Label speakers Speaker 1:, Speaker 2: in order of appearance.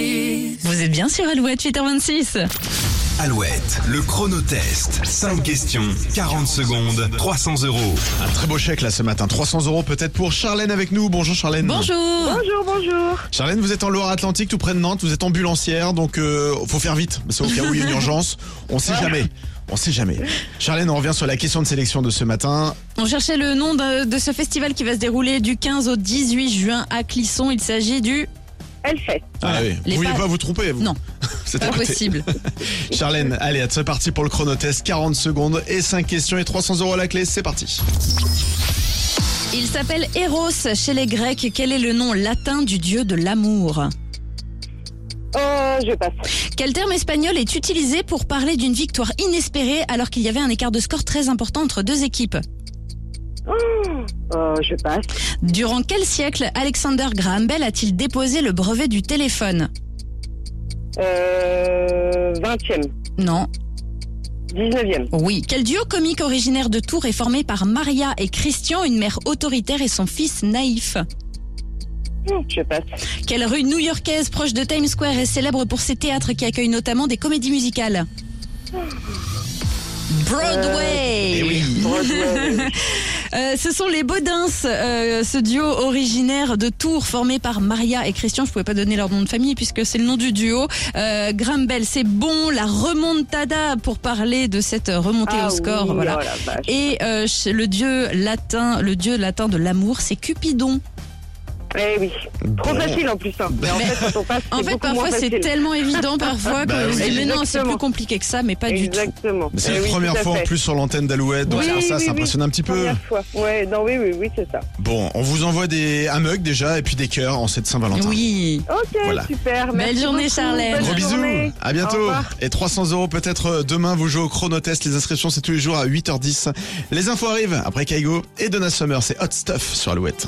Speaker 1: Vous êtes bien sur Alouette 8h26
Speaker 2: Alouette, le chronotest. 5 questions, 40 secondes, 300 euros.
Speaker 3: Un très beau chèque là ce matin, 300 euros peut-être pour Charlène avec nous. Bonjour Charlène.
Speaker 1: Bonjour
Speaker 4: Bonjour, bonjour.
Speaker 3: Charlène, vous êtes en Loire-Atlantique, tout près de Nantes, vous êtes ambulancière, donc euh, faut faire vite, c'est au cas où il y a une urgence. On sait jamais, on sait jamais. Charlène, on revient sur la question de sélection de ce matin.
Speaker 1: On cherchait le nom de, de ce festival qui va se dérouler du 15 au 18 juin à Clisson. Il s'agit du...
Speaker 4: Elle fait.
Speaker 3: Ah oui,
Speaker 1: Les
Speaker 3: vous vouliez
Speaker 1: pas-
Speaker 3: pas vous tromper vous
Speaker 1: Non.
Speaker 3: C'est
Speaker 1: Pas
Speaker 3: à côté.
Speaker 1: possible.
Speaker 3: Charlène, allez, c'est parti pour le chronotest, 40 secondes et 5 questions et 300 euros à la clé, c'est parti.
Speaker 4: Eh
Speaker 1: Il s'appelle Eros chez les Grecs. Quel est le nom latin du dieu de l'amour
Speaker 4: Euh, je passe.
Speaker 1: Quel terme espagnol est utilisé pour parler d'une victoire inespérée alors qu'il y avait un écart de score très important entre deux équipes
Speaker 4: Oh, Euh, je passe.
Speaker 1: Durant quel siècle Alexander Graham Bell a-t-il déposé le brevet du téléphone
Speaker 4: Euh, 20e.
Speaker 1: Non,
Speaker 4: 19e.
Speaker 1: Oui. Quel duo comique originaire de Tours est formé par Maria et Christian, une mère autoritaire et son fils naïf
Speaker 4: Hum, Je passe.
Speaker 1: Quelle rue new-yorkaise proche de Times Square est célèbre pour ses théâtres qui accueillent notamment des comédies musicales Broadway
Speaker 3: Eh oui.
Speaker 4: Broadway.
Speaker 1: Euh, Ce sont les Baudins, euh, ce duo originaire de Tours formé par Maria et Christian. Je pouvais pas donner leur nom de famille puisque c'est le nom du duo. Euh, Graham Bell, c'est bon, la remontada pour parler de cette remontée
Speaker 4: Ah
Speaker 1: au score.
Speaker 4: oui,
Speaker 1: voilà.
Speaker 4: oh la vache.
Speaker 1: Et euh, ch- le dieu latin, le dieu latin de l'amour, c'est Cupidon.
Speaker 4: Eh oui. Trop
Speaker 3: Bon.
Speaker 4: facile en plus. hein. Mais en fait, quand on passe,
Speaker 1: En
Speaker 4: c'est
Speaker 1: fait,
Speaker 4: beaucoup moins
Speaker 1: parfois, c'est
Speaker 4: facile.
Speaker 1: tellement évident parfois
Speaker 3: Bah
Speaker 1: que je
Speaker 3: oui.
Speaker 1: me dis, mais non, c'est
Speaker 4: Exactement.
Speaker 1: plus compliqué que ça, mais pas du tout.
Speaker 4: Exactement.
Speaker 3: C'est
Speaker 4: Eh
Speaker 3: la
Speaker 4: oui,
Speaker 3: première
Speaker 4: tout à
Speaker 3: fois en
Speaker 4: fait.
Speaker 3: plus sur l'antenne d'Alouette, donc
Speaker 4: Oui,
Speaker 3: alors ça,
Speaker 4: oui,
Speaker 3: ça
Speaker 4: oui.
Speaker 3: impressionne un petit peu.
Speaker 4: Première fois. Ouais, non, oui, oui, oui, c'est ça.
Speaker 3: Bon, on vous envoie des un mug déjà et puis des cœurs en cette Saint-Valentin.
Speaker 1: Oui.
Speaker 4: Ok,
Speaker 3: Voilà.
Speaker 4: super.
Speaker 1: Belle
Speaker 4: Merci
Speaker 1: journée,
Speaker 4: beaucoup.
Speaker 1: Charlène.
Speaker 4: Bonne
Speaker 3: Gros bisous,
Speaker 4: journée.
Speaker 3: à
Speaker 4: Au
Speaker 3: bientôt.
Speaker 4: revoir.
Speaker 3: Et 300 euros peut-être euh, demain, vous jouez au chronotest. Les inscriptions, c'est tous les jours à 8h10. Les infos arrivent après Kaigo et Donna Summer. C'est Hot Stuff sur Alouette.